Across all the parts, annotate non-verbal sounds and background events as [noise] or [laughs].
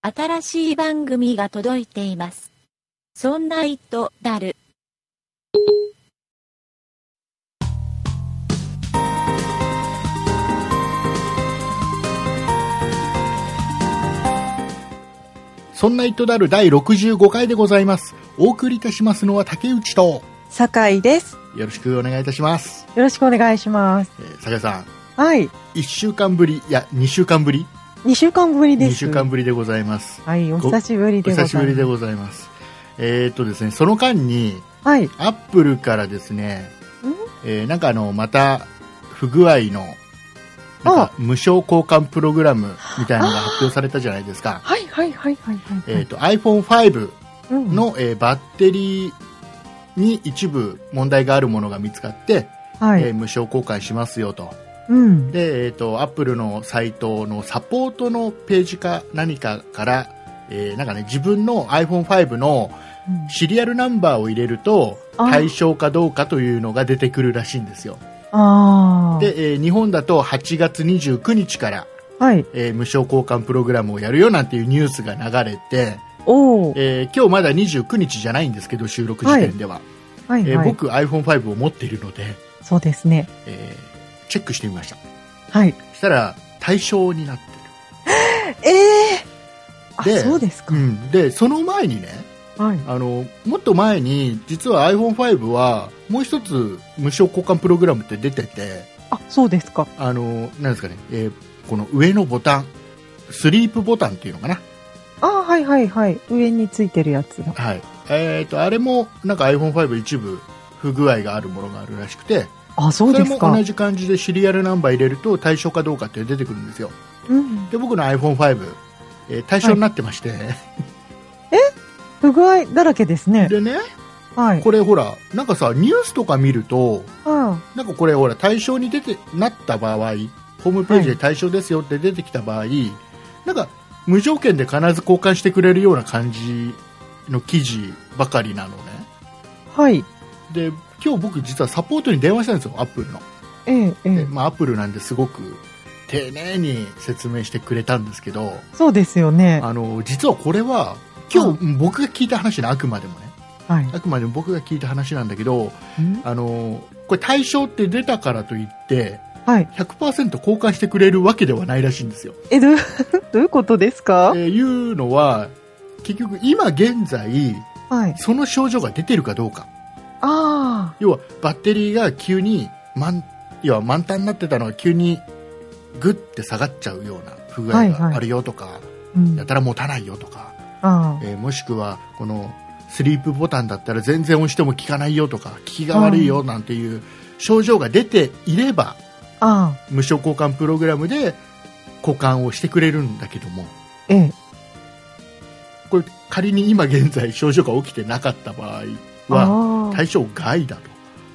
新しい番組が届いています。そんな糸だる。そんな糸だる第65回でございます。お送りいたしますのは竹内と、酒井です。よろしくお願いいたします。よろしくお願いしますえ。ー、酒井さん、はい。 1週間ぶり、いや、2週間ぶり2週間ぶりで ?2 す。週間ぶりでございます。はい、お久しぶりおでご久ざいます。しぶりでございます。えー、っとですね、その間に、はい。アップルからですね、えー、なんかあの、また、不具合の、なんか無償交換プログラムみたいなのが発表されたじゃないですか。はい、はい、はい、はい、はい。えーっと、iPhone5 うん、の、えーバッテリーに一部問題があるものが見つかって、はえーい。無償公開しますよと。うん。で、えっ、と、アップルのサイトのサポートのページか何かから、えーなんかね、自分の iPhone5 のうんシリアルナンバーを入れると、あ対象かどうかというのが出てくるらしいんですよ。ああ。、で、えー日本だと8月29日から、はい。えー無償交換プログラムをやるよなんていうニュースが流れて、おお。えー今日まだ29日じゃないんですけど、収録時点では。はい、えーはい。僕 iPhone5 を持っているので、そうですね。えーチェックしてみました。はい。そしたら、対象になってええあ、でそうですかる。う。ん。で、その前にね、はい。あの、もっと前に、実は iPhone5 は、もう一つ無償交換プログラムって出てて、あ、そうですか。あの、なんですかね、えーこの上のボタン、スリープボタンっていうのかな。あーはい、はい、はい。上についてるやつだ。はい。えっ、と、あれも、なんか iPhone5 一部、不具合があるものがあるらしくて、あ、そうでれすもか同。じ感じでシリアルナンバー入れると対象かどうかって出てくるんですよ。うん。で僕の iPhone5、えー対象になってまして、不具合だらけですね。でねはい。これほらなんかさニュースとか見るとあなんかこれほら対象に出てなった場合ホームページで対象ですよって出てきた場合、なんか無条件で必ず交換してくれるような感じの記事ばかりなのねーはい。で今日僕実はサポートに電話したんですよアップルの、ええええでまあアップルなんですごく丁寧に説明してくれたんですけどそうですよね。あの実はこれは今日僕が聞いた話ねあくまでもねはい。あくまでも僕が聞いた話なんだけど、うんあのこれ対象って出たからといってはい。 100%交換してくれるわけではないらしいんですよ。え、どう、 [laughs] どういうことですかえーいうのは結局今現在はい。その症状が出てるかどうかあ要はバッテリーが急に満要は満タンになってたのが急にグッて下がっちゃうような不具合はいはいがあるよとか、あ。うんやたら持たないよとか、あえーもしくはこのスリープボタンだったら全然押しても効かないよとか効きが悪いよなんていう症状が出ていればあ。ああ。無償交換プログラムで交換をしてくれるんだけどもええ。これ仮に今現在症状が起きてなかった場合はああ対象外だと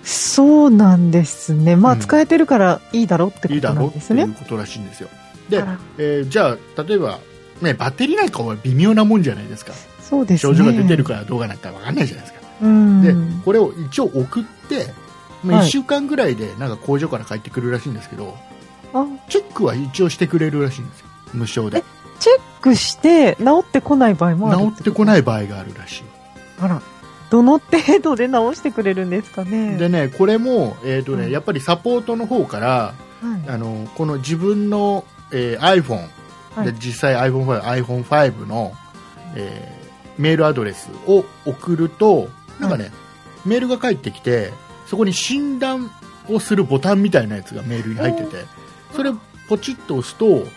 そうなんですね。まあ、うん使えてるからいいだろうっていこいだとなろんうでってすいねう。ことらしいんですよであら、えーじゃあ例えば、ね、バッテリーなんかは微妙なもんじゃないですかそうですね。症状が出てるからどうかなんか分かんないじゃないですかうん。でこれを一応送って、まあ、は1い週間ぐらいでなんか工場から帰ってくるらしいんですけど、あチェックは一応してくれるらしいんですよ無償でチェックして、治ってこない場合もある。治ってこないい場合があるらしい、あら。どの程度で治してくれるんですかね。でねこれも、えーとねうんやっぱりサポートの方からはい。あのこの自分の、えー iPhone はいで実際 iPhone5, iPhone5 の、えーメールアドレスを送るとなんかね、メールが返ってきてそこに診断をするボタンみたいなやつがメールに入っててそれポチッと押すと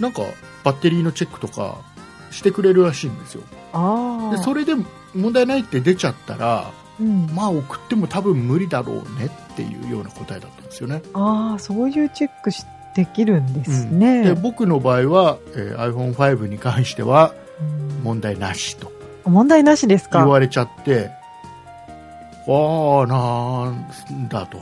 なんかバッテリーのチェックとかしてくれるらしいんですよああ。でそれで問題ないって出ちゃったらうん。まあ送っても多分無理だろうねっていうような答えだったんですよねああ、そういうチェックしできるんですね。で僕の場合は、えー iPhone5 に関してはうん問題なしと問題なしですか言われちゃってああなんだと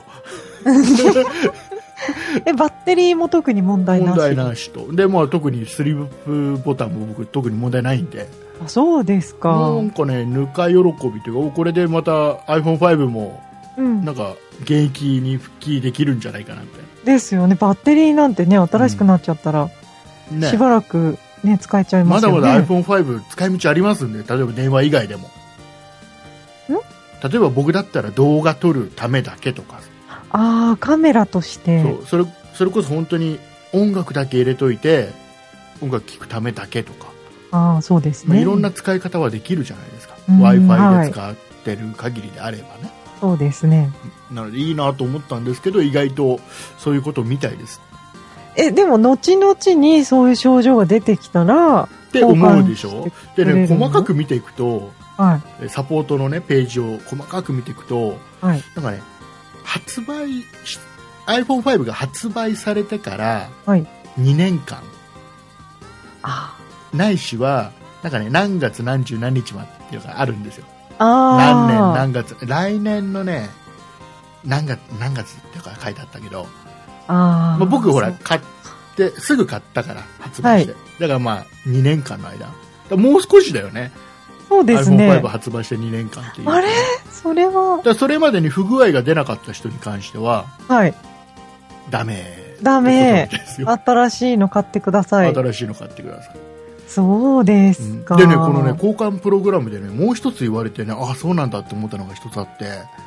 え、バッテリーも特に問題なし。問題なしとで、まあ、特にスリープボタンも僕特に問題ないんであそうですか。なんかねぬか喜びというかおこれでまた iPhone5 もうんなんか現役に復帰できるんじゃないかなみたいですよね。バッテリーなんてね、新しくなっちゃったら、な、ね、しばらくね、使えちゃいまますだよね。まだ iPhone5 使い道ありますんで、例えば電話以外でも。例えば僕だったら動画撮るためだけとか、ああ、カメラとして。そうそれそれこそ本当に音楽だけ入れといて、音楽聴くためだけとか、ああ、そうですまあ、ね。いろんな使い方はできるじゃないですか。うん Wi-Fi はでい使ってる限りであればね。そうですね。なのでいいなと思ったんですけど、意外とそういうことみたいですえ、でも、後々にそういう症状が出てきたら、って思うでしょ交換でくれね、るの細かく見ていくと、はえサポートのね、ページを細かく見ていくと、い。はい。なんかね、発売し、iPhone5 が発売されてからはい。 2年間、あないしは、なんかね、何月何十何日までっていうのがあるんですよ。あ。あ何年あ。何月、来年のね、何月、何月っていうか書いてあったけど、ああ。まあ、僕ほらそう買ってすぐ買ったから発売して、だからまあ2年間の間だからもう少しだよねそうですね iPhone5。発売して2年間っていうあれそれはだ、からそれまでに不具合が出なかった人に関してははい。ダメダメってことみたいですよ、新しいの買ってください。新しいの買ってください、そうでうすんか。でねこのね交換プログラムでねもう一つ言われてねあそうなんだって思ったのが一つあって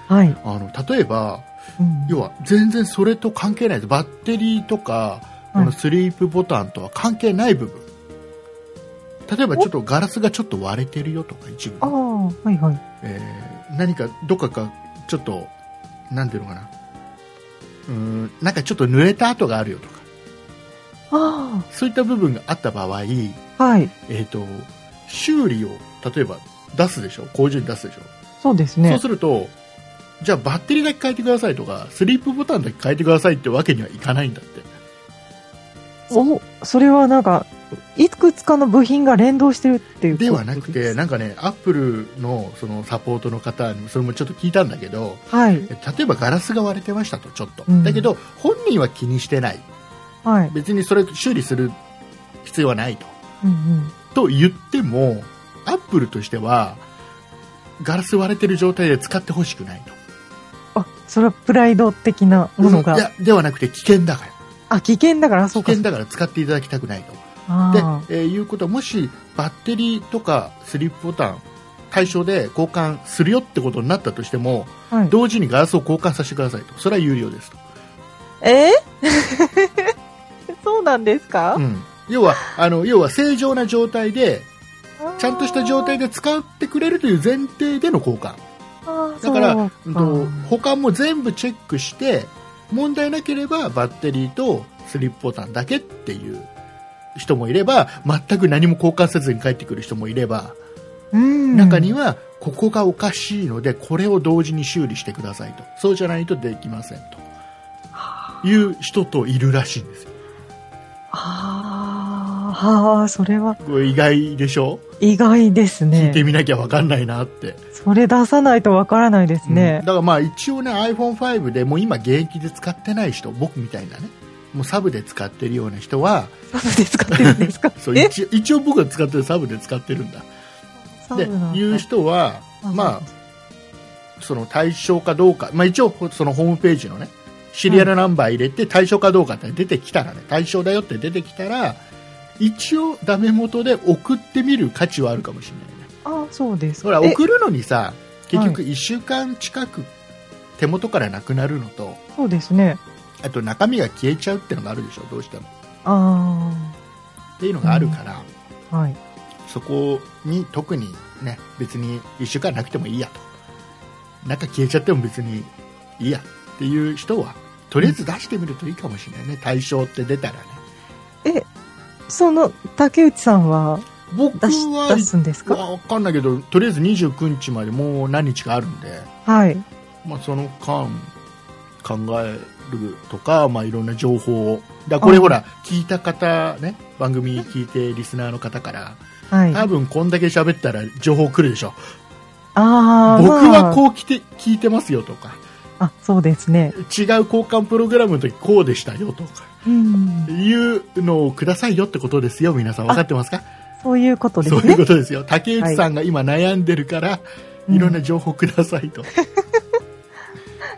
はい。あの例えばうん要は全然それと関係ないですバッテリーとかこのスリープボタンとは関係ない部分、例えばちょっとガラスがちょっと割れてるよとか一部あ、あ、はいはい。えー何かどっかかちょっとなんていうのかなうーんなんかちょっと濡れた跡があるよとかあそういった部分があった場合、えあ、はい。ー、と修理を例えば出すでしょ工場に出すでしょ、そうですそうね。するとじゃあバッテリーだけ変えてくださいとかスリープボタンだけ変えてくださいってわけにはいかないんだってお、それはなんか、いくつかの部品が連動してるっていうことではなくでて、すなんかね、アップルのそのサポートの方にもそれもちょっと聞いたんだけど、はい。え例えばガラスが割れてましたと、ちょっと、うんだけど、本人は気にしてない、はい。別にそれ修理する必要はないとうんうん。と言っても、アップルとしては、ガラス割れてる状態で使ってほしくないと。あ、それはプライド的なものいが。やではなくて危険だからあ、危険だから、危そうか。険だから使っていただきたくないとであ、えーいうことはもしバッテリーとかスリップボタン対象で交換するよってことになったとしても、あ。はい。同時にガラスを交換させてくださいと、それは有料ですと、えー [laughs] そうなんですか、うん、要はあの要は正常な状態で、ちゃんとした状態で。で使ってくれるという前提での交換、あーだからそううんと保管も全部チェックして、問題なければバッテリーとスリップボタンだけっていう人もいれば、全く何も交換せずに帰ってくる人もいれば、うん、中には、ここがおかしいので、これを同時に修理してくださいと、そうじゃないとできませんという人といるらしいんですよ。あーあー、それはこれ意外でしょ意外です聞いてね。みなきゃ分かんないなって、それ出さないとわからないですうん。ねだからまあ一応ね iPhone5 でもう今現役で使ってない人僕みたいなねもうサブで使ってるような人はサブで使ってるんですかそうえ一応一応僕が使ってるサブで使ってるんだサでブなんだいう人はまあその対象かどうか、まあ、一応そのホームページのねシリアルナンバー入れて対象かどうかって出てきたらね対象だよって出てきたら一応ダメ元で送ってみる価値はあるかもしれないねあそうですほらえ送るのにさ結局1週間近く手元からなくなるのと、そうですねあと中身が消えちゃうってのがあるでしょどうしてもあっていうのがあるから、あはいそこに特にね別に1週間なくてもいいやと中消えちゃっても別にいいやっていう人はとりあえず出してみるといいかもしれないね、対象って出たらねその竹内さんは僕出しは出すんですかわかんないけどとりあえず29日までもう何日かあるんで、はいまあ、その間考えるとか、まあ、いろんな情報をだからこれうんほら聞いた方ね番組聞いてリスナーの方からはい多分こんだけ喋ったら情報来るでしょあー僕はまこう来て聞いてますよとかああそうですね違う交換プログラムの時こうでしたよとかうんいうのをくださいよってことですよ皆さん分かってますかそういうことでそうすいうねことですよ竹内さんが今悩んでるから、うんいろんな情報くださいと、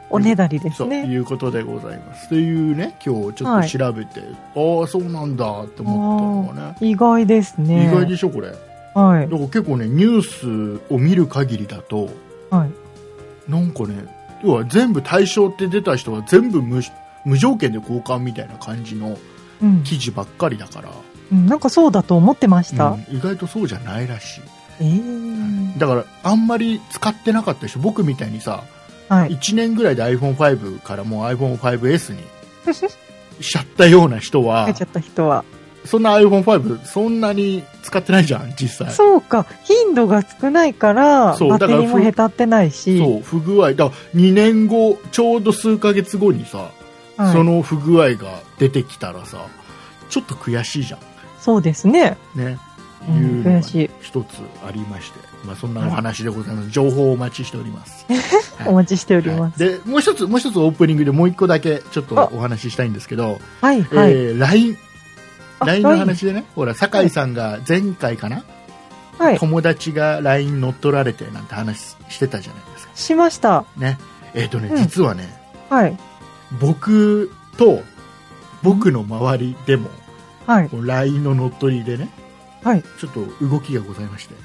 おねだりですそうね。いうことでございます。というね、今日ちょっと調べて、ああ、そうなんだって思ったのがね、意外です意ね。外でしょ、これ。だかはい。ら結構ね、ニュースを見る限りだと、はい。なんかね、要は全部対象って出た人は全部無無条件で交換みたいな感じのうん記事ばっかりだから、うん。なんかそうだと思ってました。うん意外とそうじゃないらしい。ええだから、あんまり使ってなかったでしょ。僕みたいにさ、はい。 1年ぐらいで iPhone5 からもう iPhone5S に [laughs] しちゃったような人は書い、 [laughs] ちゃった人は。そんな iPhone5 そんなに使ってないじゃん、実際。そうか。頻度が少ないから、バそうッテリーもだからへたってないし。そう、不具合。だから2年後、ちょうど数ヶ月後にさ、はい、その不具合が出てきたらさ、ちょっと悔しいじゃそうですね。ん。ね。ういんうのが悔しい一つありまして、まあ、そんなお話でございます。情報をお待ちしております。はいお待ちしておりはまいす。でもう一つもう一つオープニングでもう一個だけちょっとあお話ししたいんですけど、はい、えはい。ー LINE あ LINE の話でねほら酒井さんが前回かな、はい。友達が LINE 乗っ取られてなんて話してたじゃないですかしました。ねえっ、とね、うん実はねはい。僕と僕の周りでもはい。こう LINE の乗っ取りでねはい。ちょっと動きがございまして、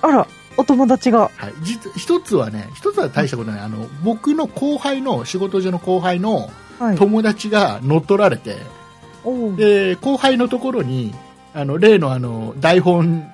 あら、お友達が。はい、実一つはね一つは大したことないあの僕の後輩の仕事上の後輩のはい。友達が乗っ取られて、おうで後輩のところにあの例のあの台本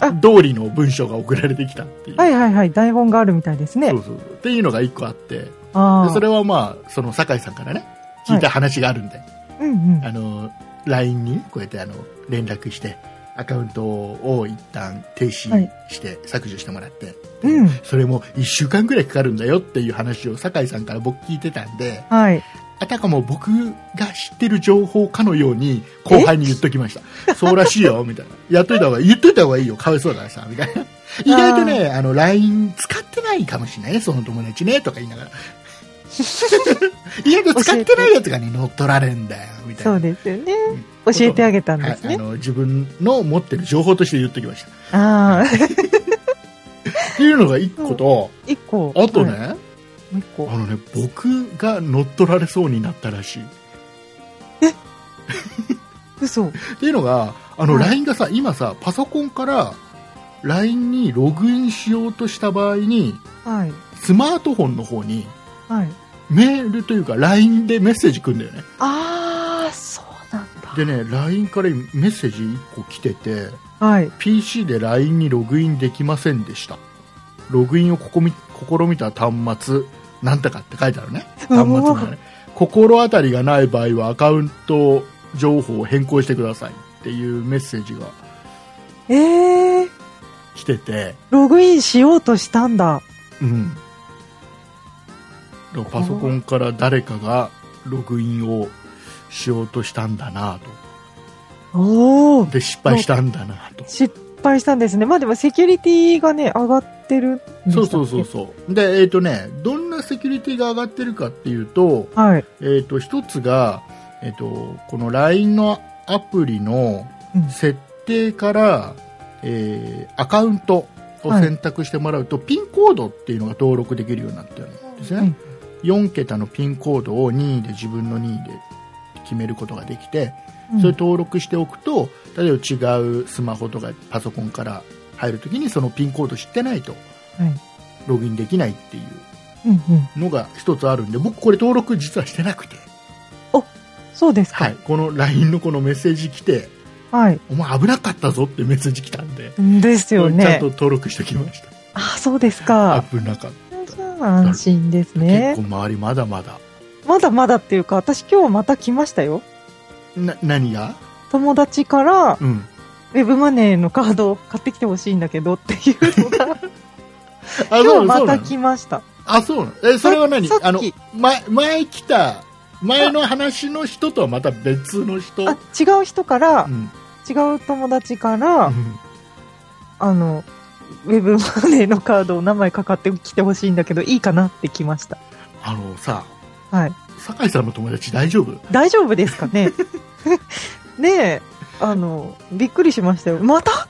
あ通りの文章が送られてきたっていう,、はいはいはい。台本があるみたいですねそう。そうそうっていうのが一個あってでああ。それは、まあ、その酒井さんからね聞いた話があるんで、うんうん。あの LINE にこうやってあの連絡してアカウントを一旦停止して、削除してもらって、うんそれも1週間ぐらいかかるんだよっていう話を酒井さんから僕聞いてたんではい。あたかも僕が知ってる情報かのように後輩に言っときました。そうらしいよ、みたいな。やっといた方がいい、言っといた方がいいよ、かわいそうだからさ、みたいな。意外とね、あの、LINE 使ってないかもしれないね、その友達ね、とか言い [laughs] ながら。意外と使ってないやつがね、乗っ取られるんだよ、みたいな。そうですよね。教えてあげたんですはい、あね。の自分の持ってる情報として言っときました。ああ。っていうのが一個と、 [laughs] 一個。あとね、はいもう一個あ。のね、僕が乗っ取られそうになったらしい。嘘。っていうのが、あのはい LINE がさ、今さ、パソコンから LINE にログインしようとした場合に、はい。スマートフォンの方にはい。メールというか LINE でメッセージ来るんだよね。ああ、そうなんだ。でね、LINE からメッセージ1個来てて、はい。 PC で LINE にログインできませんでした。ログインを試み試みた端末、なんとかって書いてあるね。端末うのわね。心当たりがない場合はアカウント情報を変更してくださいっていうメッセージがええー、来てて、ログインしようとしたんだ。うん、だからパソコンから誰かがログインをしようとしたんだなおおと。で失敗したんだなと失敗したんですね。まあでもセキュリティがね、上がってるんでしたっけ。そうそうそうそうでえっ、とねどんなセキュリティが上がってるかっていうと,、はい。えー、と一つが、えー、とこの LINE のアプリのうん設定から、えーアカウントを選択してもらうと、ピンコードっていうのが登録できるようになってるんですね、はい4桁のピンコードを任意で自分の任意で決めることができて、うんそれ登録しておくと例えば違うスマホとかパソコンから入るときにそのピンコード知ってないとはいログインできないっていうんうん。うのが一つあるんで僕これ登録実はしてなくて、そうですか。はい、この LINE のこのメッセージ来てはい。お前危なかったぞってメッセージ来たんで、ですちゃよんとね。登録してきましたあ、そうですか。危なかっじゃあ安心ですた、ね結。構周りまだまだまだまだっていうか、私今日また来ましたよ。な何が友達から、うんウェブマネーのカードを買ってきてほしいんだけどっていうのが、あそう今日なまのた来ました。あ、そうなのえ、それは何さっきあの、前、前来た、前の話の人とはまた別の人。あ、違う人からう、ん。違う友達から、うんあの、ウェブマネーのカードを名前かかってきてほしいんだけど、いいかなって来ました。あのさ、はい。酒井さんの友達大丈夫大丈夫 [laughs] ですかねねえ、あの、びっくりしましたよ。また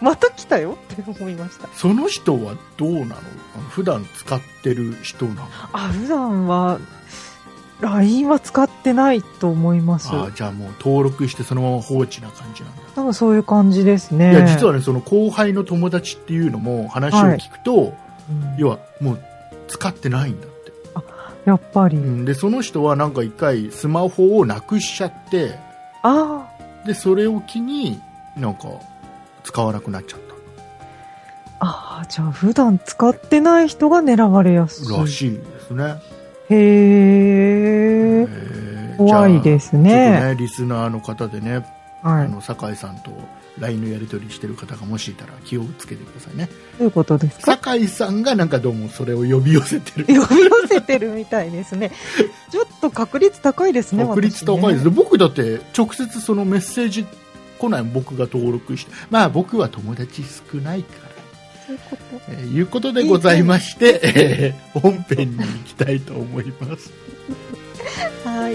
また来たよって思いました。その人はどうなのあの普段使ってる人なのあ、普段は、LINE は使ってないと思います。ああじゃあもう登録してそのまま放置な感じなんだ、多分そういう感じですね。いや実はねその後輩の友達っていうのも話を聞くと、うん、要はもう使ってないんだって、やっぱり。うん、でその人はなんか一回スマホをなくしちゃってあでそれを機になんか使わなくなっちゃっあ、ああ、じゃあ普段使ってない人が狙われやすい。たらしいですね、へええ、怖いですちょっとね。ねリスナーの方でね、はあい。の酒井さんと LINE のやり取りしてる方がもしいたら気をつけてくださいねどういうことです [laughs] か酒井さんがなんかどうもそれを呼び寄せてる呼び寄せてるみたいですね。ちょっと確率高いですね、確率高いです、私ね僕だって直接そのメッセージ来ない僕が登録してまあ僕は友達少ないからそういうことえーいうことでございまして、えー本編に行きたいと思います。はい。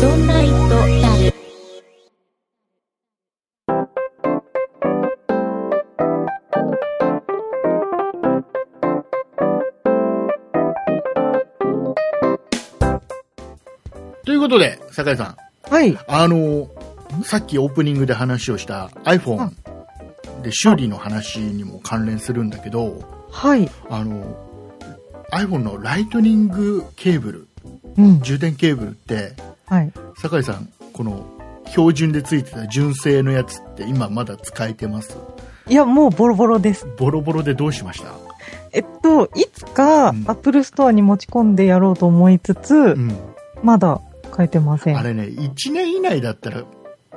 そんな糸だる、ということで、酒井さん、はい。あのーさっきオープニングで話をした iPhone で修理の話にも関連するんだけど、はい。あのー iPhone のライトニングケーブル、うん。充電ケーブルって、はい。酒井さん、この標準でついてた純正のやつって今まだ使えてますいや、もうボロボロです。ボロボロでどうしましたえっと、いつか、うん Apple Store に持ち込んでやろうと思いつつ、うん。まだ変えてませあん。れね、1年以内だったら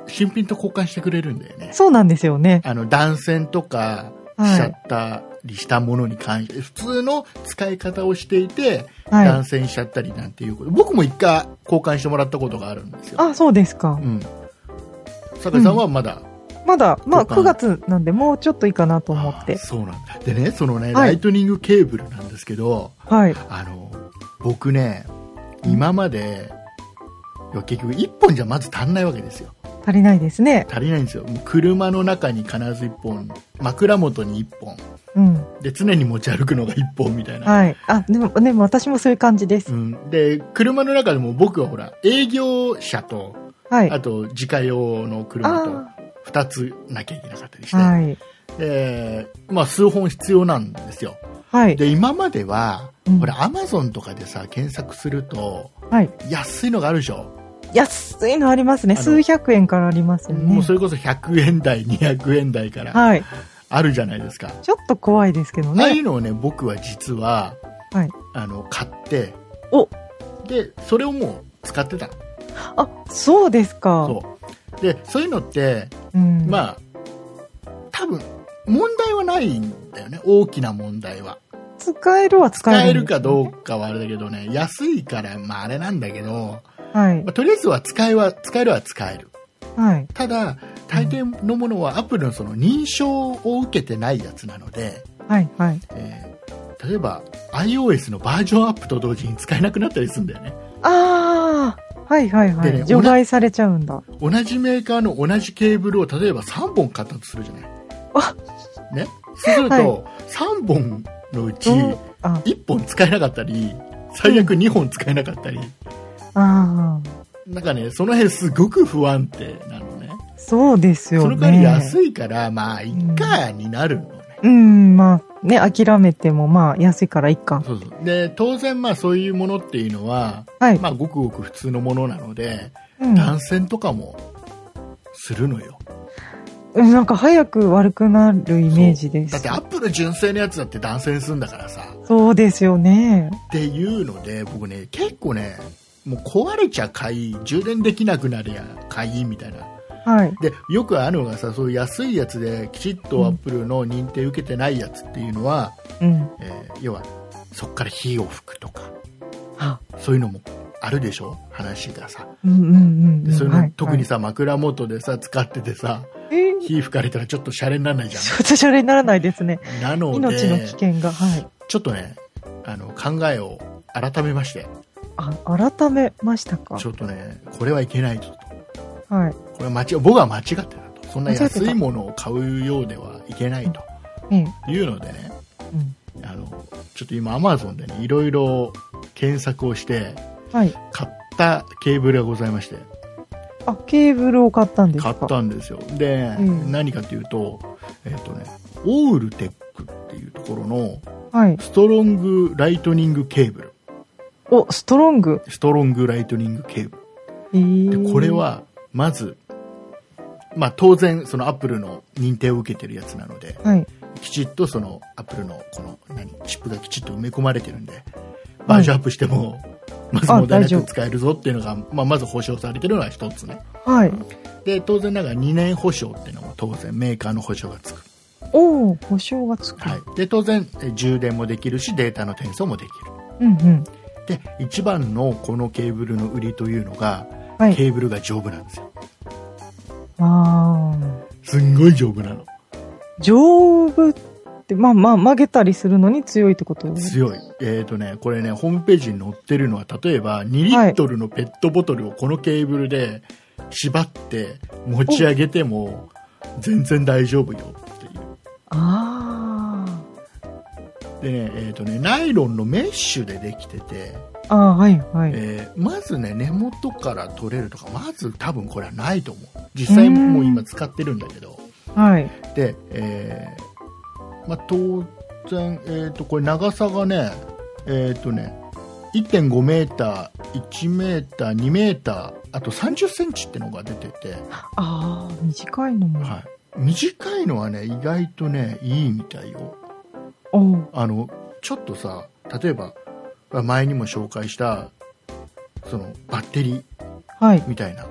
新品と交換してくれるんだよね。そうなんですよね。あの、断線とかはいしちゃったりしたものに関して、普通の使い方をしていて、は断線しちゃったりなんていうこと。僕も一回交換してもらったことがあるんですい。よ。あ、そうですかう。ん。酒井さんはまだ、まだ、まあそうか9月なんで、もうちょっといいかなと思っあて。そうなんだ。でね、そのね、はいライトニングケーブルなんですけど、はい。あの、僕ね、今まで、いや結局1本じゃまず足んないわけですよ。足りないですね。足りないんですよもう車の中に必ず1本枕元に1本うん。で常に持ち歩くのが1本みたいな、はい。あ、でも、でも私もそういう感じでうす。ん、で車の中でも僕はほら営業車とはい。あと自家用の車とあ2つなきゃいけなかったりしーて、はい。でまあ、数本必要なんですよはい。で今までは、うんほらアマゾンとかでさ検索するとはい。安いのがあるでしょ、安いのありますね。あの数百円からありますよもねうそ。れこそ100円台200円台からはい。あるじゃないですか、ちょっと怖いですけどああいね。うのをね僕は実ははい。あの買っておでそれをもう使ってたあ、そうですか。そうでそういうのって、うん。あ。まあ多分問題はないんだよね大きな問題は使えるは使使える。えるかどうかはあれだけどね安いから、まあ、あれなんだけど、はいま。あとりあえずは使いは使えるは使えるはい。ただ大抵のものはアップルのその認証を受けてないやつなので、はい。はい。えー例えば iOS のバージョンアップと同時に使えなくなったりするんだよねああ。はいはいはでねい。除外されちゃうんだ。同じメーカーの同じケーブルを例えば3本買ったとするじゃないあね、そうするはいと、三3本のうちどうあ、 1本使えなかったり最悪2本使えなかったり、ああ。なんかねその辺すごく不安定なのねそうですよね。その代わり安い。いからまあいっかになるのね、うん、まあ、ね、諦めても、まあ、安いからいっか。そうそうで当然まあそういうものっていうのは、はい。まあ、ごくごく普通のものなのでうん断線とかもするのようん、なんか早く悪くなるイメージでだっすて。アップル純正のやつだって断線するんだからさそうですよね。っていうので僕ね結構ねもう壊れちゃ買い充電できなくなりゃ買いみたいなはい。でよくあるのがさそういう安いやつできちっとアップルの認定受けてないやつっていうのは、うん。えー要はそこから火を吹くとかあそういうのもあるでしょ話がさうんうんうんうでん。それはのい特に。さ枕元でさ使っててさはいえー、火吹かれたらちょっとシャレにならないじゃちょっとそれにならないですね。んなの命の危で険が。はい。ちょっとねあの考えを改めましてあ、改めましたか。ちょっとねこれはいけないとはい。これは間違僕は間違ってたとそんな間違ってた安いものを買うようではいけないとええ。いうのでねうん。あのちょっと今アマゾンでねいろいろ検索をしてはい。買ったケーブルがございましてあ、ケーブルを買ったんです買かったんですよで、うん何かというとえっ、とねオールテックっていうところのはい。ストロングライトニングケーブルお、ストロング。ストロングライトニングケーブえルー、でこれ。はまずまあ当然そのアップルの認定を受けてるやつなのではい。きちっとそのアップルのこの何チップがきちっと埋め込まれてるんでバージョンアップしても、まずあ問題な大丈く夫使えるぞっていうのが、まあ、まず保証されてるのが一つねはい。で当然ながら2年保証っていうのも当然メーカーの保証がつく、おー、保証がつく。はい、で当然え充電もできるしデータの転送もできるうんうん。で一番のこのケーブルの売りというのが、はい。ケーブルが丈夫なんですよあー。すんごい丈夫なの丈夫って、まあまあ曲げたりするのに強いってことです。強いえっ、とねこれねホームページに載ってるのは例えば2リットルのペットボトルをこのケーブルで縛って持ち上げても全然大丈夫よっていうあでねえっ、とねナイロンのメッシュでできてて、あ。ああ、はいはい。えーまずね根元から取れるとかまず多分これはないと思う実際もう今使ってるんだけどはい。で、えーまあ、当然、えー、とこれ長さがね,、えーとね1.5メーター1メーター2メーターあと30センチってのが出てて、ああ、短いのも。はい、短いのはね意外とねいいみたいよおうあのちょっとさ例えば前にも紹介したそのバッテリーはい。みたいな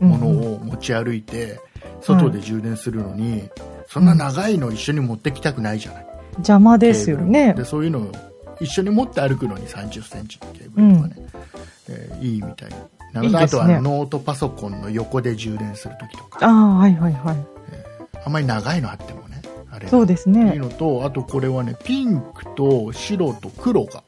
うんものを持ち歩いて外で充電するのに、そんな長いの一緒に持ってきたくないじゃない邪魔ですよケーねブル。でそういうのを一緒に持って歩くのに3 0センチのケーブルとかね、えーいいみたいなのいいでですあとねはあのノートパソコンの横で充電するときとあかあ、はいはいはい。あんまり長いのあってもねあれそうですいいね。のとあとこれはねピンクと白と黒が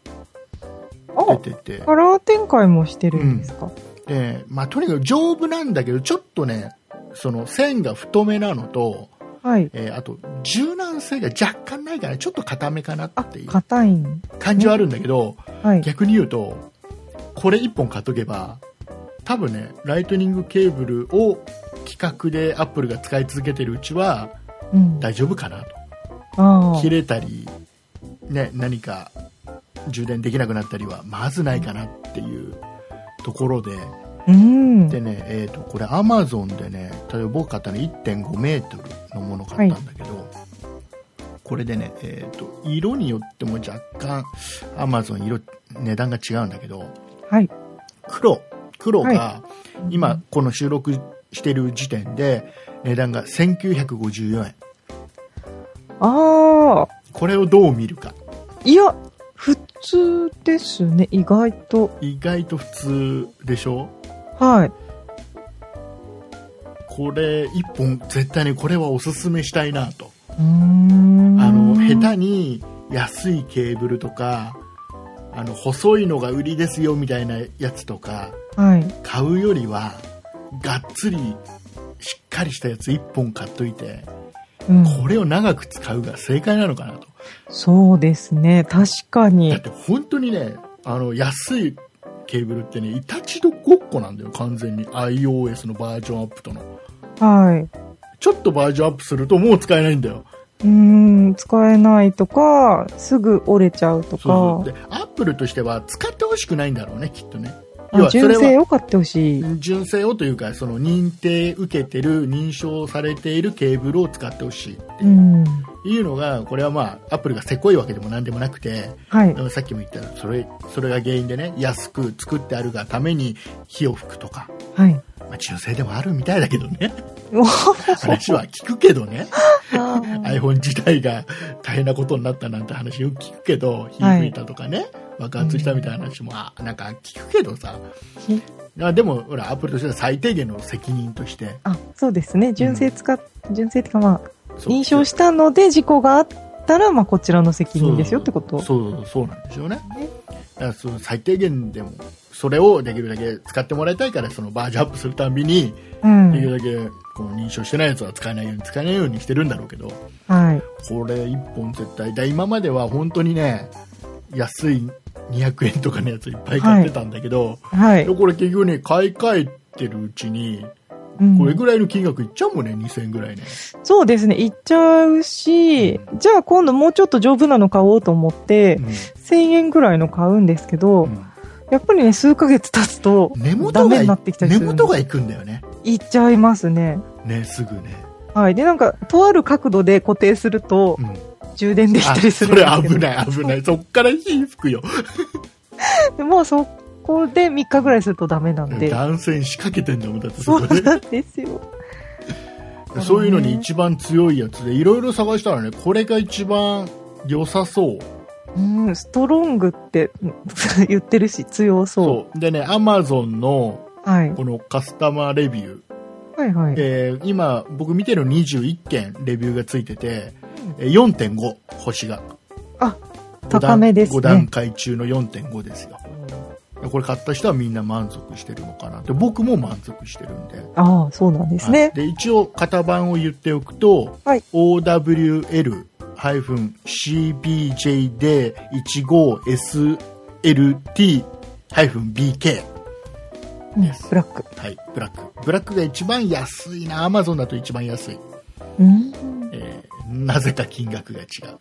あ、出ててカラー展開もしてるんですか。で、まあ、とにかく丈夫なんだけどちょっとねその線が太めなのと、はい。えーあと柔軟性が若干ないからちょっと硬めかなっていう硬いん。感じはあるんだけど、はい。逆に言うとこれ1本買っとけば多分ねライトニングケーブルを規格でアップルが使い続けてるうちはうん。大丈夫かなとあ切れたり、ね、何か充電できなくなったりはまずないかなっていうところであ。うん。でね、えー、とこれアマゾンでね例えば僕買ったの1.5メートルのもの買ったんだけど、これでね、えー、と色によっても若干アマゾン色値段が違うんだけど、はい。黒黒がは今この収録してる時点で値段が1954円ああ。これをどう見るかいや、普通ですね。意外と。意外と普通でしょはい。これ1本絶対にこれはおすすめしたいなとうーん。あの下手に安いケーブルとかあの細いのが売りですよみたいなやつとかはい。買うよりはがっつりしっかりしたやつ1本買っといてうん、これを長く使うが正解なのかなとそうですね。確かだっに。て本当にねあの安いケーブルってねいたちどごっこなんだよ完全に iOS のバージョンアップとのはちょっとバージョンアップするともう使えないんだよい。うーん、使えないとか、すぐ折れちゃうとそうそ、うでかアップルとしては使ってほしくないんだろうねきっとねあ純正を買ってほしい。純正をというかその認定受けてる認証されているケーブルを使ってほしいってう。いうんいうのが、これはまあ、アップルがせこいわけでもなんでもなくて、はい。うんさっきも言ったそれ、それが原因でね、安く作ってあるがために火を吹くとか、はい。まあ、中性でもあるみたいだけどね、 [laughs] お話は聞くけどね、あ iPhone 自体が大変なことになったなんて話よく聞くけど、火吹いたとかね、爆発したみたいな話も、あなんか聞くけどさ、うんあでも、ほら、アップルとしては最低限の責任として、 [laughs] あ、そうですね。純正使っ、純正っていうかまあ、そう認証したので事故があったら、まあ、こちらの責任ですよってこと。そうそうそうなんですよねだからその最低限でもそれをできるだけ使ってもらいたいからそのバージョンアップするたんびにうできるん。だけこの認証してないやつは使えないように使えないようにしてるんだろうけどはい。これ一本絶対だ今までは本当にね安い200円とかのやついっぱい買ってたんだけど、はい。でこれ結局ね買い替えてるうちにうんこれぐらいの金額いっちゃうもんね2000円ぐらいねそうですね。行っちゃうし、じゃあ今度もうちょっと丈夫なの買おうと思って、1000円ぐらいの買うんですけど、うんやっぱりね、数ヶ月経つと、根ダ元メがになってきたり根するんで元がいくんだよね行っちゃいますね。ねすぐね、はい。で、なんか、とある角度で固定すると [laughs] う、ん充電できたりするんですけど。あそれ危ない危ないそっから火吹くよでも、そこで3日ぐらいするとダメなんで。断線仕掛けてんだもんだってそそこうでなんですよ。そういうのに一番強いやつでいろいろ探したらねこれが一番良さそううん、ストロングって [laughs] うん言ってるし、強そう。そうでねアマゾンのはい。このカスタマーレビュー、はいはい。えー今僕見てるの21件レビューがついててえー4.5星があ五段高めですね5段階中の4.5ですよでこれ買った人はみんな満足してるのかなって僕も満足してるんでああ、そうなんですはいね。で一応型番を言っておくと、はい OW-CBJD15SLT-BK、うんですブラック。はい、ブラックブラックが一番安いなアマゾンだと一番安い、うん。えーなぜか金額が違う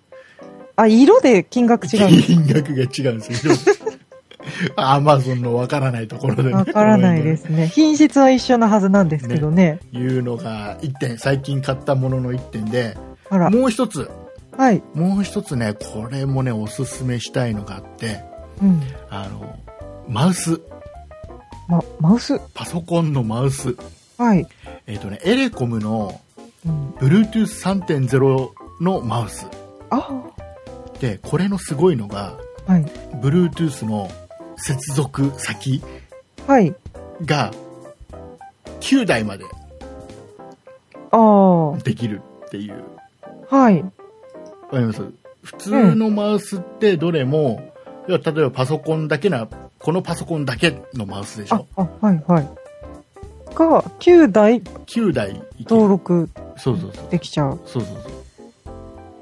あ、色で金額違うんです金額が違うんですよ [laughs] アマゾンのわからないところでねわからないですね。 [laughs] 品質は一緒なはずなんですけどね。いうのが1点最近買ったものの1点であら。もう一つはい。もう一つね、これもね、おすすめしたいのがあって、うん。あの、マウス、ま、マウス。パソコンのマウス、はい。えっ、とね、エレコムのうん、 Bluetooth3.0 のマウス。あで、これのすごいのが、はい。 Bluetooth の接続先はい。が9台までああ。できるっていう。はい。わかります普通のマウスってどれも、要は例えばパソコンだけな、このパソコンだけのマウスでしあょ。、あ、はい、はい。が、9台9台いける登録そうそうそう。できちゃう。そうそうそう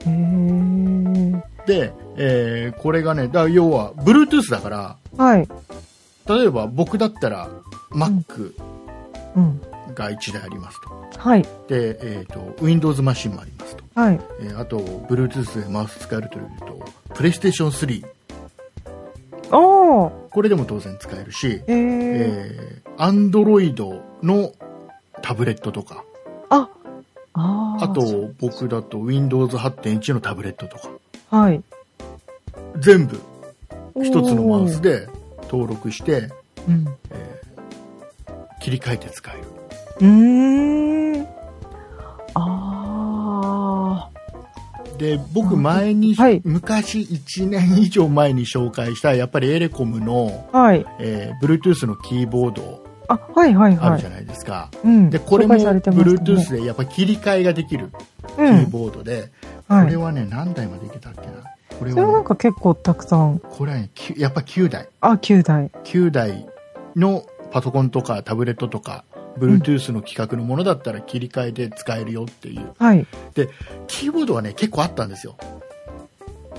へえ。で、えーこれがね、だ要は、Bluetooth だから、はい。例えば僕だったら、Mac うん。が1台ありますと。はい。で、えっ、と、Windows マシンもありますと。はい。えーあと、Bluetooth でマウス使えるというと、PlayStation 3。ああ。これでも当然使えるし、へえ。えー、Android のタブレットとか、あ、ああ。あと、僕だと Windows 8.1のタブレットとか、はい。全部一つのマウスで登録して、おー。えー切り替えて使える。うん。うーん。ああ。で僕前に、はい昔1年以上前に紹介したやっぱりエレコムの、はい。えー Bluetooth のキーボードあ、はいはいあはるじゃ。いないですか、うん。でこれも紹介さてましたね Bluetooth でやっぱり切り替えができるキうーん。ボードで、はこいれ。はね何台までいけたっけなこれそれはなは、んね、か結構たくさん。これはねきゅやっぱ9台あ、9台。 9台のパソコンとかタブレットとか Bluetooth の規格のものだったら切り替えで使えるよっていうはい。キーボードはね結構あったんですよ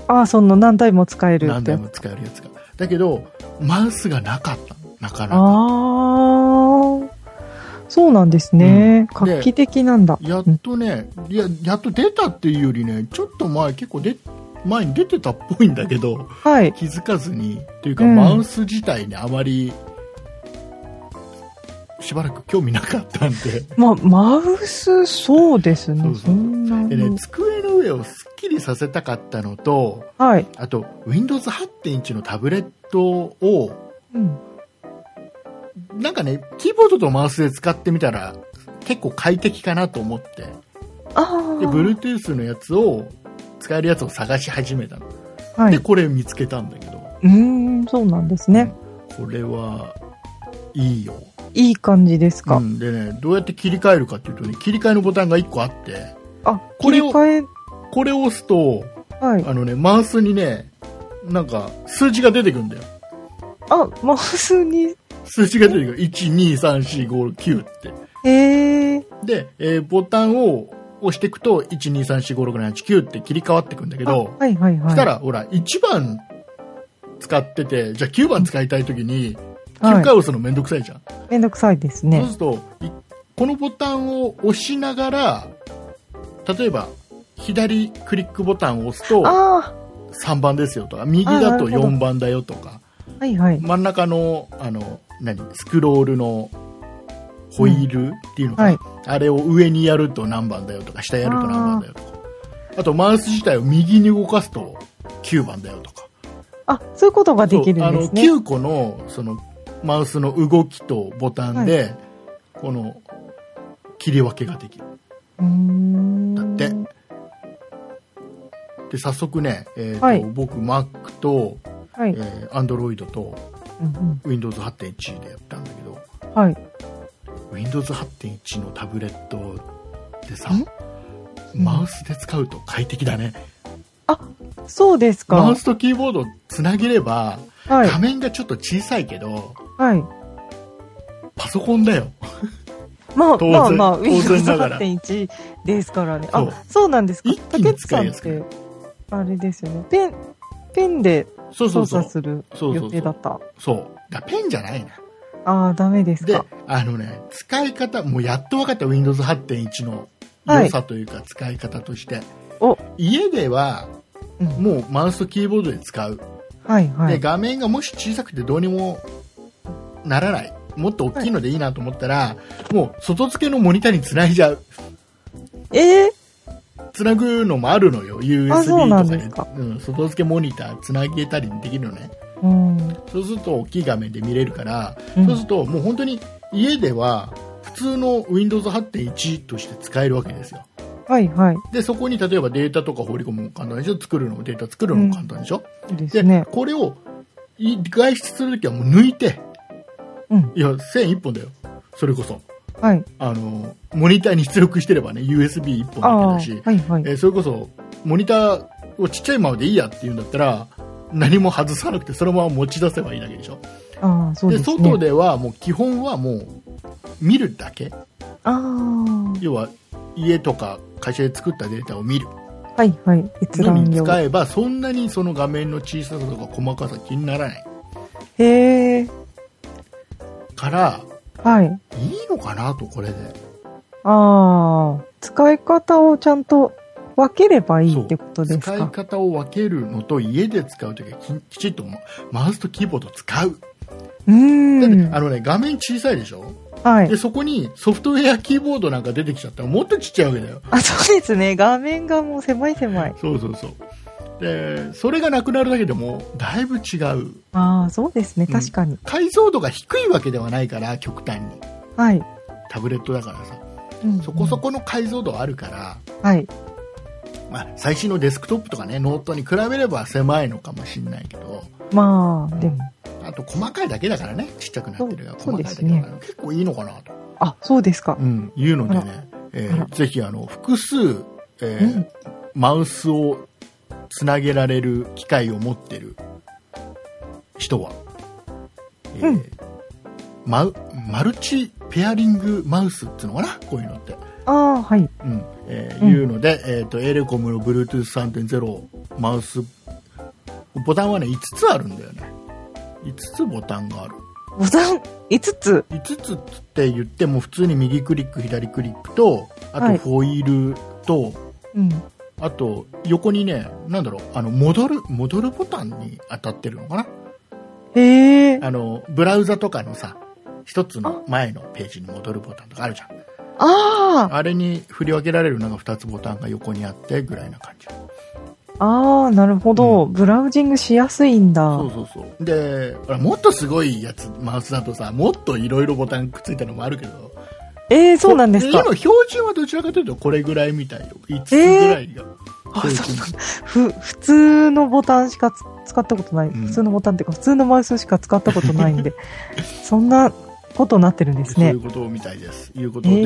あ、その何台も使える何って台。も使えるやつがだけどマウスがなかったのなかなかああ。そうなんですね。画期的なんだ。やっとねいややっと出たっていうよりねちょっと前結構で前に出てたっぽいんだけどはい。気づかずにというか、うんマウス自体にあまりしばらく興味なかったんでまあ、マウス、そうですそうね。そうそんなで、ね、机の上をすきりさせたかったのと、はい。あと、Windows8.1 インチのタブレットを、うん。なんかね、キーボードとマウスで使ってみたら、結構快適かなと思って、あで、あ。 Bluetooth のやつを、使えるやつを探し始めたの。はで、い。これ見つけたんだけど、うーん、そうなんですね。これは、いいよ。いい感じですか。うん、でね、どうやって切り替えるかっていうとね、切り替えのボタンが1個あって、あ、こ切れりを替これを押すと、え、はい。あのね、マウスにね、なんか、数字が出てくるんだよ。あ、マウスに、数字が出てくる。1、2、3、4、5、9って。へえ。で、えーボタンを押していくと、1、2、3、4、5、6、7、8、9って切り替わっていくんだけあど、はいはいはい。したら、ほら、1番使ってて、じゃあ9番使いたいときに、切り替はえい、押すのめんどくさいじゃん。めんどくさいですそうね。すると、いこのボタンを押しながら、例えば、左クリックボタンを押すと、あ3番ですよとか、右だとあなるほど4番だよとか、あ、はいはい。真ん中の、あの、何スクロールのホイールっていうのかな、はい。あれを上にやると何番だよとか、下やると何番だよとか。あと、マウス自体を右に動かすと9番だよとか。あ、そういうことができるんそうあでの、すね。 9個の、その、マウスの動きとボタンで、この、切り分けができる。うーん。だってで、早速ね、えーとはい僕、Mac と、はえい。ー、Android とうん Windows8.1 でやったんだけど、うんはい。 Windows8.1 のタブレットでさん、マウスで使うと快適だね。そうですマかウ。スとキーボードをつなげれば、はい画。面がちょっと小さいけど、はい。パソコンだよ。まあ、当然まあまあ、当然 Windows ながら8.1ですからね。そあう、そうなんですか一。気竹に内さ使いんやっすくなてる、あれですよね。ペン、ペンでそうそ操うそう作。するそうそうそう予定だった。そう。だペンじゃないな。ああ、ダメですでか。、あのね、使い方、もうやっと分かった Windows 8.1の良さというか、使い方として。お家では、うんもうマウスとキーボードで使う。はいはで、い。画面がもし小さくてどうにもならない。もっと大きいのでいいなと思ったら、もう外付けのモニターにつないじゃう。えーつなぐのもあるのよ。USB あそうなんですとかかで。うん、外付けモニターつなげたりできるのね。うん。そうすると大きい画面で見れるから、うんそうするともう本当に家では普通の Windows8.1 として使えるわけですよ。はいはい。で、そこに例えばデータとか放り込むのも簡単でしょ作るのもデータ作るのも簡単でしょ、いいですで、ね。これをい外出するときはもう抜いて、うん。いや、線1本だよ。それこそ。はい。あの、モニターに出力してればね、USB1 本ああだけだしー、、はいはい。えーそれこそ、モニターをちっちゃいままでいいやっていうんだったら、何も外さなくてそのまま持ち出せばいいだけでしょああ、そうでですね。外ではもう基本はもう見るだけああ、要は家とか会社で作ったデータを見るはいはい。閲の覧に量。使えばそんなにその画面の小ささとか細かさ気にならないへえ、からはい。いいのかなとこれでああ、使い方をちゃんと分ければいいってことです使いか。方を分けるのと家で使うときはききちっとママウスとキーボード使う、うだってーん。あのね画面小さいでしょはいで。そこにソフトウェアキーボードなんか出てきちゃったらもっとちっちゃいわけだよあ、そうですね。画面がもう狭い狭い。そうそうそうでそれがなくなるだけでもだいぶ違うああ、そうですね。うん確かに。解像度が低いわけではないから極端にはい。タブレットだからさうんそこそ。この解像度あるから、はい。まあ、最新のデスクトップとかねノートに比べれば狭いのかもしれないけどまあ、でも。あと細かいだけだからねちっちゃくなってるがそ細うそうかいでだすけねだから、結構いいのかなと、あ、そうですかう。ん、いうのであね、えあーらぜひあの複数、えーうんマウスをつなげられる機械を持ってる人は、えーうんマウマルチペアリングマウスっていうのかなこういうのって。ああ、はい。うんえーうんいうので、えー、とエレコムの Bluetooth3.0 マウスボタンはね5つあるんだよね5つボタンがあるボタン5つ。 5つって言っても普通に右クリック左クリックとあはといホイールと、うん。あと横にねなんだろうあの戻る戻るボタンに当たってるのかなへえ。あのブラウザとかのさ一つの前のページに戻るボタンとかあるじゃんああ、あれに振り分けられるのが2つボタンが横にあってぐらいな感じああ、なるほど、ブラウジングしやすいんだ。そうそうそうでほらもっとすごいやつマウスだとさもっといろいろボタンくっついたのもあるけどえー、そうなんですこかで。今標準はどちらかというとこれぐらいみたいよ5つぐらいが、あそうなんだふ普通のボタンしかつ使ったことない、うん普通のボタンっていうか普通のマウスしか使ったことないん [laughs] でそんなことになってるんですそういねうことみたいです。いうことで、へ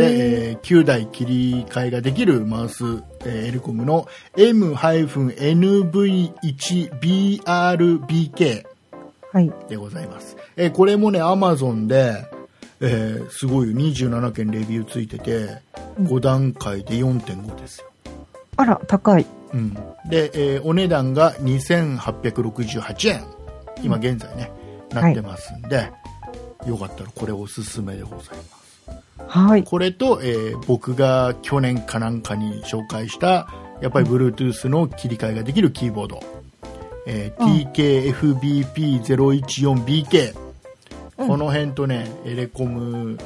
えー9台切り替えができるマウス、えーエルコムの M-NV1BRBK はいでございます。えーこれもね、Amazon で、えーすごいよ27件レビューついてて、うん5段階で4.5ですよ。あら高いうん、で、えーお値段が2868円今現在ね、なってますんで、よかったらこれおすすめでございますはいこれと、えー僕が去年かなんかに紹介したやっぱり Bluetooth の切り替えができるキーボード、えー TKFBP014BK、うんこの辺とねエレコム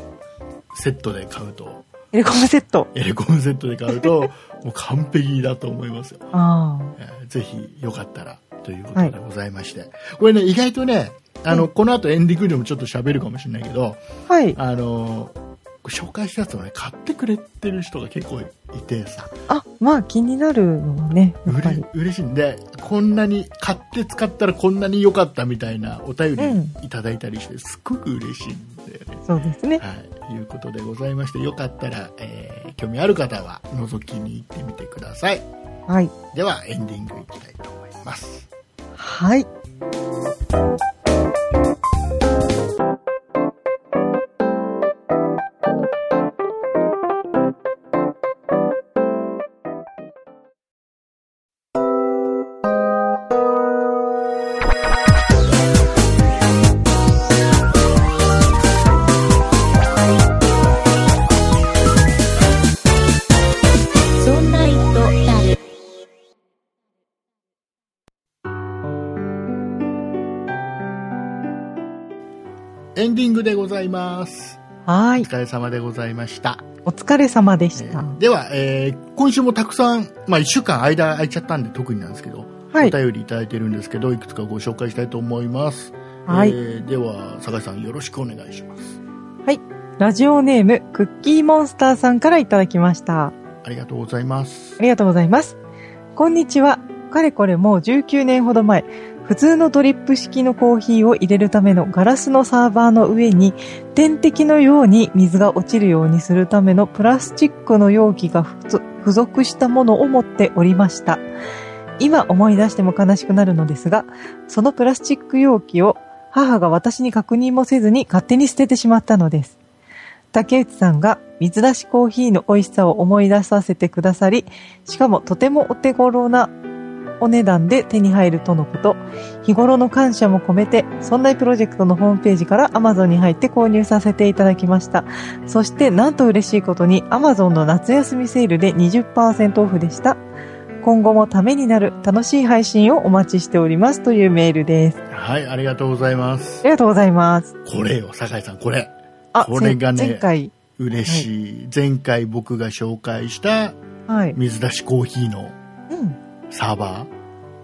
セットで買うとエレコムセットエレコムセットで買う [laughs] ともう完璧だと思いますよああえーぜひよかったらということでございまして、これね意外とねあの、この後エンディングでもちょっと喋るかもしれないけどはいあのー紹介したやつをね買ってくれてる人が結構いてさあまあ気になるのはねやうっぱりれ嬉しいんでこんなに買って使ったらこんなに良かったみたいなお便うりいただいたりして、すっごく嬉しいんだよね。そうですねはい、いうことでございましてよかったら、えー興味ある方は覗きに行ってみてくださいはいではエンディングいきたいと思いますはいそんな糸だる。エンディングでございます。はおい疲れ様でございました。お疲れ様でしえた、ーでは、えー今週もたくさん、まあ、1週間間空いちゃったんで特になんですけど、はいお便りいただいてるんですけど、いくつかご紹介したいと思います。はいえーでは、酒井さんよろしくお願いします。ラジオネームクッキーモンスターさんからいただきましたありがとうございますあ。りがとうございます。こんにちは。かれこれもう19年ほど前、普通のドリップ式のコーヒーを入れるためのガラスのサーバーの上に、点滴のように水が落ちるようにするためのプラスチックの容器が付属付属したものを持っておりました。今思い出しても悲しくなるのですが、そのプラスチック容器を母が私に確認もせずに勝手に捨ててしまったのです。竹内さんが水出しコーヒーの美味しさを思い出させてくださり、しかもとてもお手頃なお値段で手に入るとのこと。日頃の感謝も込めて、そんなプロジェクトのホームページから Amazon に入って購入させていただきました。そしてなんと嬉しいことに Amazon の夏休みセールで20%オフでした。今後もためになる楽しい配信をお待ちしておりますというメールです。あはい、ありがとうございます。りがとうございます。これよ、酒井さん、これ。あ、これがね前前回。嬉しい。前回僕が紹介したはい。水出しコーヒーのうん。サーバー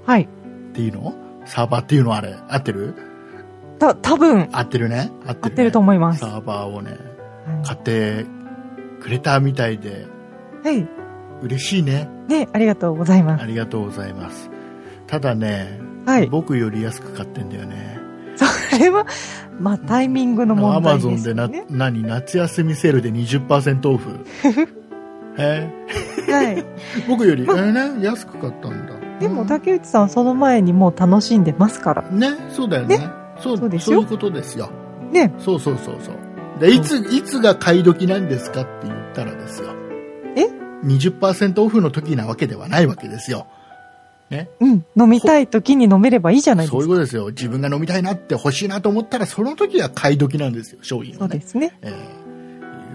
はい。っていうのサーバーっていうのあれ合ってるた、多分合ってるね合って合る,、ね、ってると思います。はサーバーをねい買ってくれたみたいではい。嬉しいねね、ありがとうございますあ。りがとうございますただね、はい。僕より安く買ってんだよねそれは、まあ、タイミングのア問マ題ゾでンすでよなね。何夏休みセールで20%オ [laughs] フえはい。僕より、えーね、安く買ったんだでも、うん竹内さん、その前にもう楽しんでますから。ねそうだよねそうそうですそうよいうことですよね。そうそうそうそうでいついつが買い時なんですかって言ったらですよえ20%オフの時なわけではないわけですようん。飲みたい時に飲めればいいじゃないですそうか。いうそことですよ自分が飲みたいなって欲しいなと思ったらその時は買い時なんですよ商品をうでねすね。えー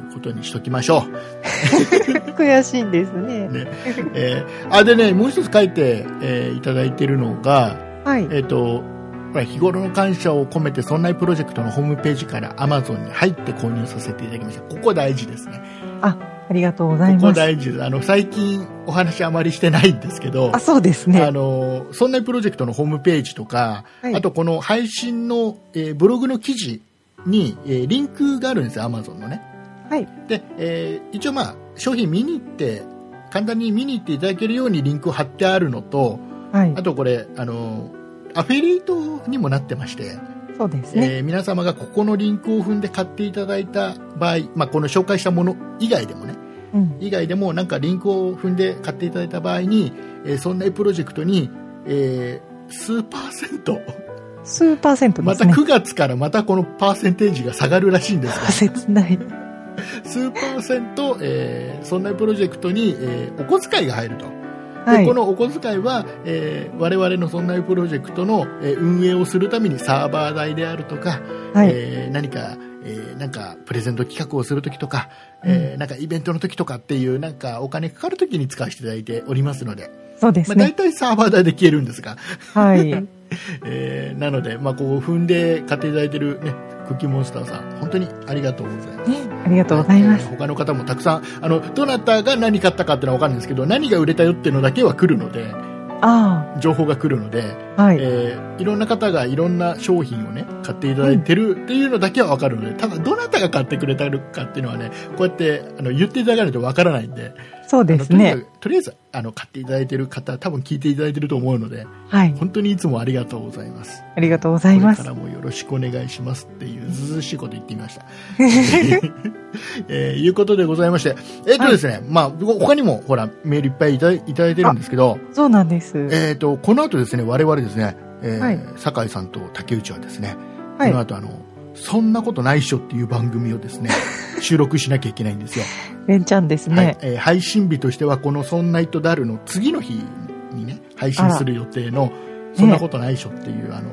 いうことにしときましょう、悔しいんですね。ねえーあでねもう一つ書いて、えーいただいてるのがはい。えっ、とほら日頃の感謝を込めて、そんなプロジェクトのホームページから Amazon に入って購入させていただきました。ここ大事ですね。ありがとうございここます。大事ですあの最近お話あまりしてないんですけどあ、そうですねあ。のそんなプロジェクトのホームページとか、はいあとこの配信の、えーブログの記事に、えーリンクがあるんですよ、アマゾンのね。はい。で、えー一応まあ、商品見に行って、簡単に見に行っていただけるようにリンクを貼ってあるのと、はいあ。とこれ、あのアフィリエイトにもなってまして、そうですね。えー皆様がここのリンクを踏んで買っていただいた場合、まあ、この紹介したもの以外でもね、うん。以外でもなんかリンクを踏んで買っていただいた場合に、えーそんなプロジェクトに、えー数パーセント、数パーセントでますたね。、9月からまたこのパーセンテージが下がるらしいんですが切ない。数パーセント、えーそんなプロジェクトに、えーお小遣いが入ると。ではいこ。のお小遣いは、えー我々のそんなプロジェクトの、えー運営をするためにサーバー代であるとか、はい。えー何か、えーなんかプレゼント企画をするときとか、えーなんかイベントのときとかっていうなんかお金かかるときに使わせていただいておりますので、そうでまあ、す大ね。体サーバー代で消えるんですが、 [laughs] はい。えーなので、まあ、こう踏んで買っていただいてる、ね、クッキーモンスターさん本当にありがとうございます。ありがとうございますえ。ー他の方もたくさんあのどなたが何買ったかっていうのは分かるんですけど何が売れたよっていうのだけは来るのであ情報が来るので、あ、はいいい。えーいろんな方がいろんな商品をね買っていただいてるっていうのだけは分かるので、ただどなたが買ってくれたのかっていうのはねこうやってあの言っていただかないと分からないんでそうあのですとにかね。くとりあえずあの買っていただいてる方多分聞いていただいてると思うのではい。本当にいつもありがとうございますありがとうございまこすれ。からもよろしくお願いしますっていうずうずうしいこと言ってみました。 [laughs] えーいうことでございまして、えっとですね、まあ、他にもほら、メールいっぱいいただいただいてるんですけど、そうなんです。えっ、と、この後ですね、我々ですね、えーはい酒井さんと竹内はですね、はいこの後あの、そんなことないっしょっていう番組をです [laughs] ね、収録しなきゃいけないんですよ。レンちゃんですはいね。えー配信日としては、このそんな糸だるの次の日にね、配信する予定の、そんなことないっしょっていう、あの、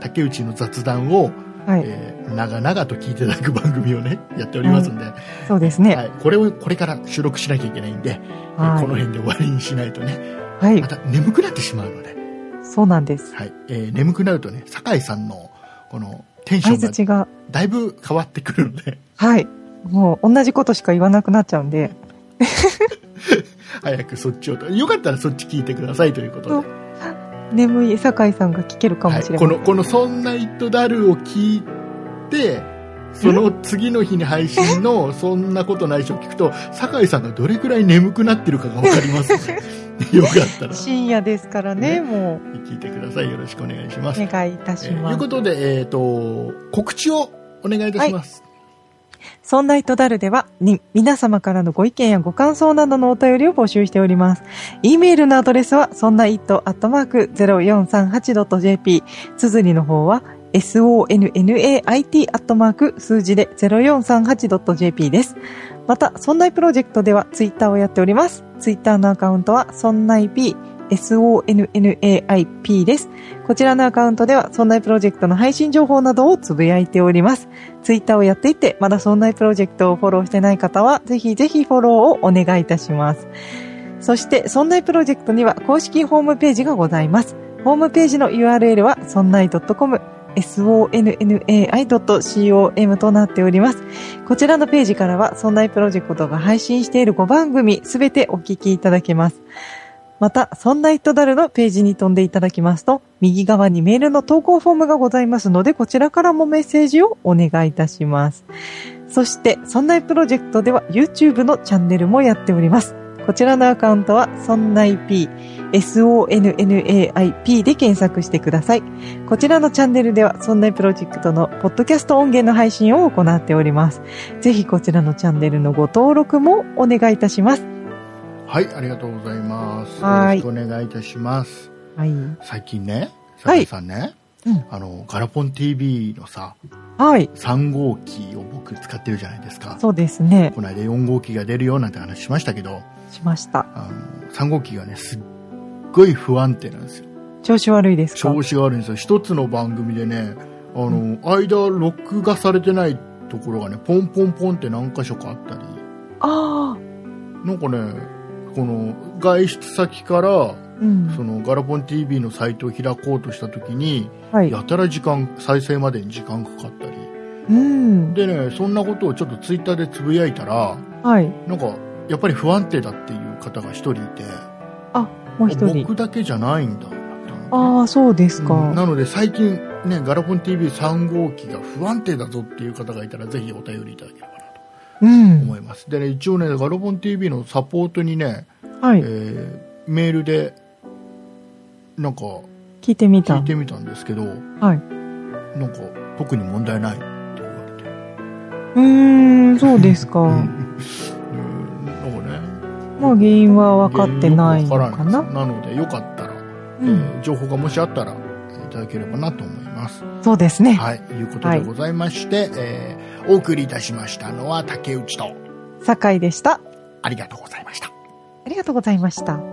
竹内の雑談を、はい。えー長々と聞いていただく番組をね、やっておりますんで、そうですはね。い、これをこれから収録しなきゃいけないんで、えーこのは辺で終わりにしないとね、い。はいま。た眠くなってしまうので、そうなんです。はいえー眠くなるとね、酒井さんのこのテンショ相ンが槌が、だいぶ変わってくるので、 [laughs] はい。もう同じことしか言わなくなっちゃうんで。早くそっちをと、よかったらそっち聞いてくださいということで、眠い酒井さんが聞けるかもしれはい、こません。の、このそんなイットダルを聞いて、その次の日に配信 [laughs] のそんなことないしを聞くと、酒井さんがどれくらい眠くなってるかがわかりますの [laughs] で、よかったら深夜ですからね、ねもう。聞いてください。よろしくお願いします。お願いいたえしーといまうすこ。とで、えっ、と、告知をお願いいたします。そんな糸だるでは、に、皆様からのご意見やご感想などのお便りを募集しております。e メールのアドレスは、そんな it.0438.jp。綴りの方は、sonnait アットマーク数字で 0438.jp です。また、そんないプロジェクトではツイッターをやっております。ツイッターのアカウントは、そんない p、sonnaip です。こちらのアカウントでは、そんないプロジェクトの配信情報などをつぶやいております。ツイッターをやっていて、まだそんなプロジェクトをフォローしてない方は、ぜひぜひフォローをお願いいたします。そして、そんなプロジェクトには公式ホームページがございます。ホームページの URL は、そんない .com、sonnai.com となっております。こちらのページからは、そんなプロジェクトが配信している5番組すべてお聞きいただけます。また、そんな糸だるのページに飛んでいただきますと、右側にメールの投稿フォームがございますので、こちらからもメッセージをお願いいたします。そして、そんなプロジェクトでは YouTube のチャンネルもやっております。こちらのアカウントは、そんな IP、sonnaip で検索してください。こちらのチャンネルでは、そんなプロジェクトのポッドキャスト音源の配信を行っております。ぜひこちらのチャンネルのご登録もお願いいたします。はい、ありがとうございます。はいよろしくお願いいたします。はい。最近ね、はい酒井さんね、うんあの、ガラポン TV のさ、はい。 3号機を僕使ってるじゃないですか。そうですね。この間4号機が出るよなんて話しましたけど、しました。あの、3号機がね、すっごい不安定なんですよ。調子悪いですか調子が悪いんですよ。一つの番組でね、あの、間録画されてないところがね、ポンポンポンって何箇所かあったり、ああ、なんかね、この外出先からうん。そのガラポン TV のサイトを開こうとした時に、はい。やたら時間再生までに時間かかったりうん。でねそんなことをちょっとツイッターでつぶやいたらはい。なんかやっぱり不安定だっていう方が一人いて、もう一人。僕だけじゃないんだったのねああ、そうですか。うんなので最近ね、ガラポン TV3 号機が不安定だぞっていう方がいたら、ぜひお便りいただければなとうん。思います。でね、一応ね、ガラポン TV のサポートにね、はえい。ーメールで、なんか、聞いてみ聞たい。てみたんですけど、はい。なんか、特に問題ないって言われて。うーん、そうですか。うんうんなんかね。まあ原因は分かってないのかな原因よくわからいですなので、よかったら、うえん。ー情報がもしあったら、えーいただければなと思います。そうですね。はい。いうことでございまして、えーお送りいたしましたのは竹内と、酒井でした。ありがとうございました。ありがとうございました。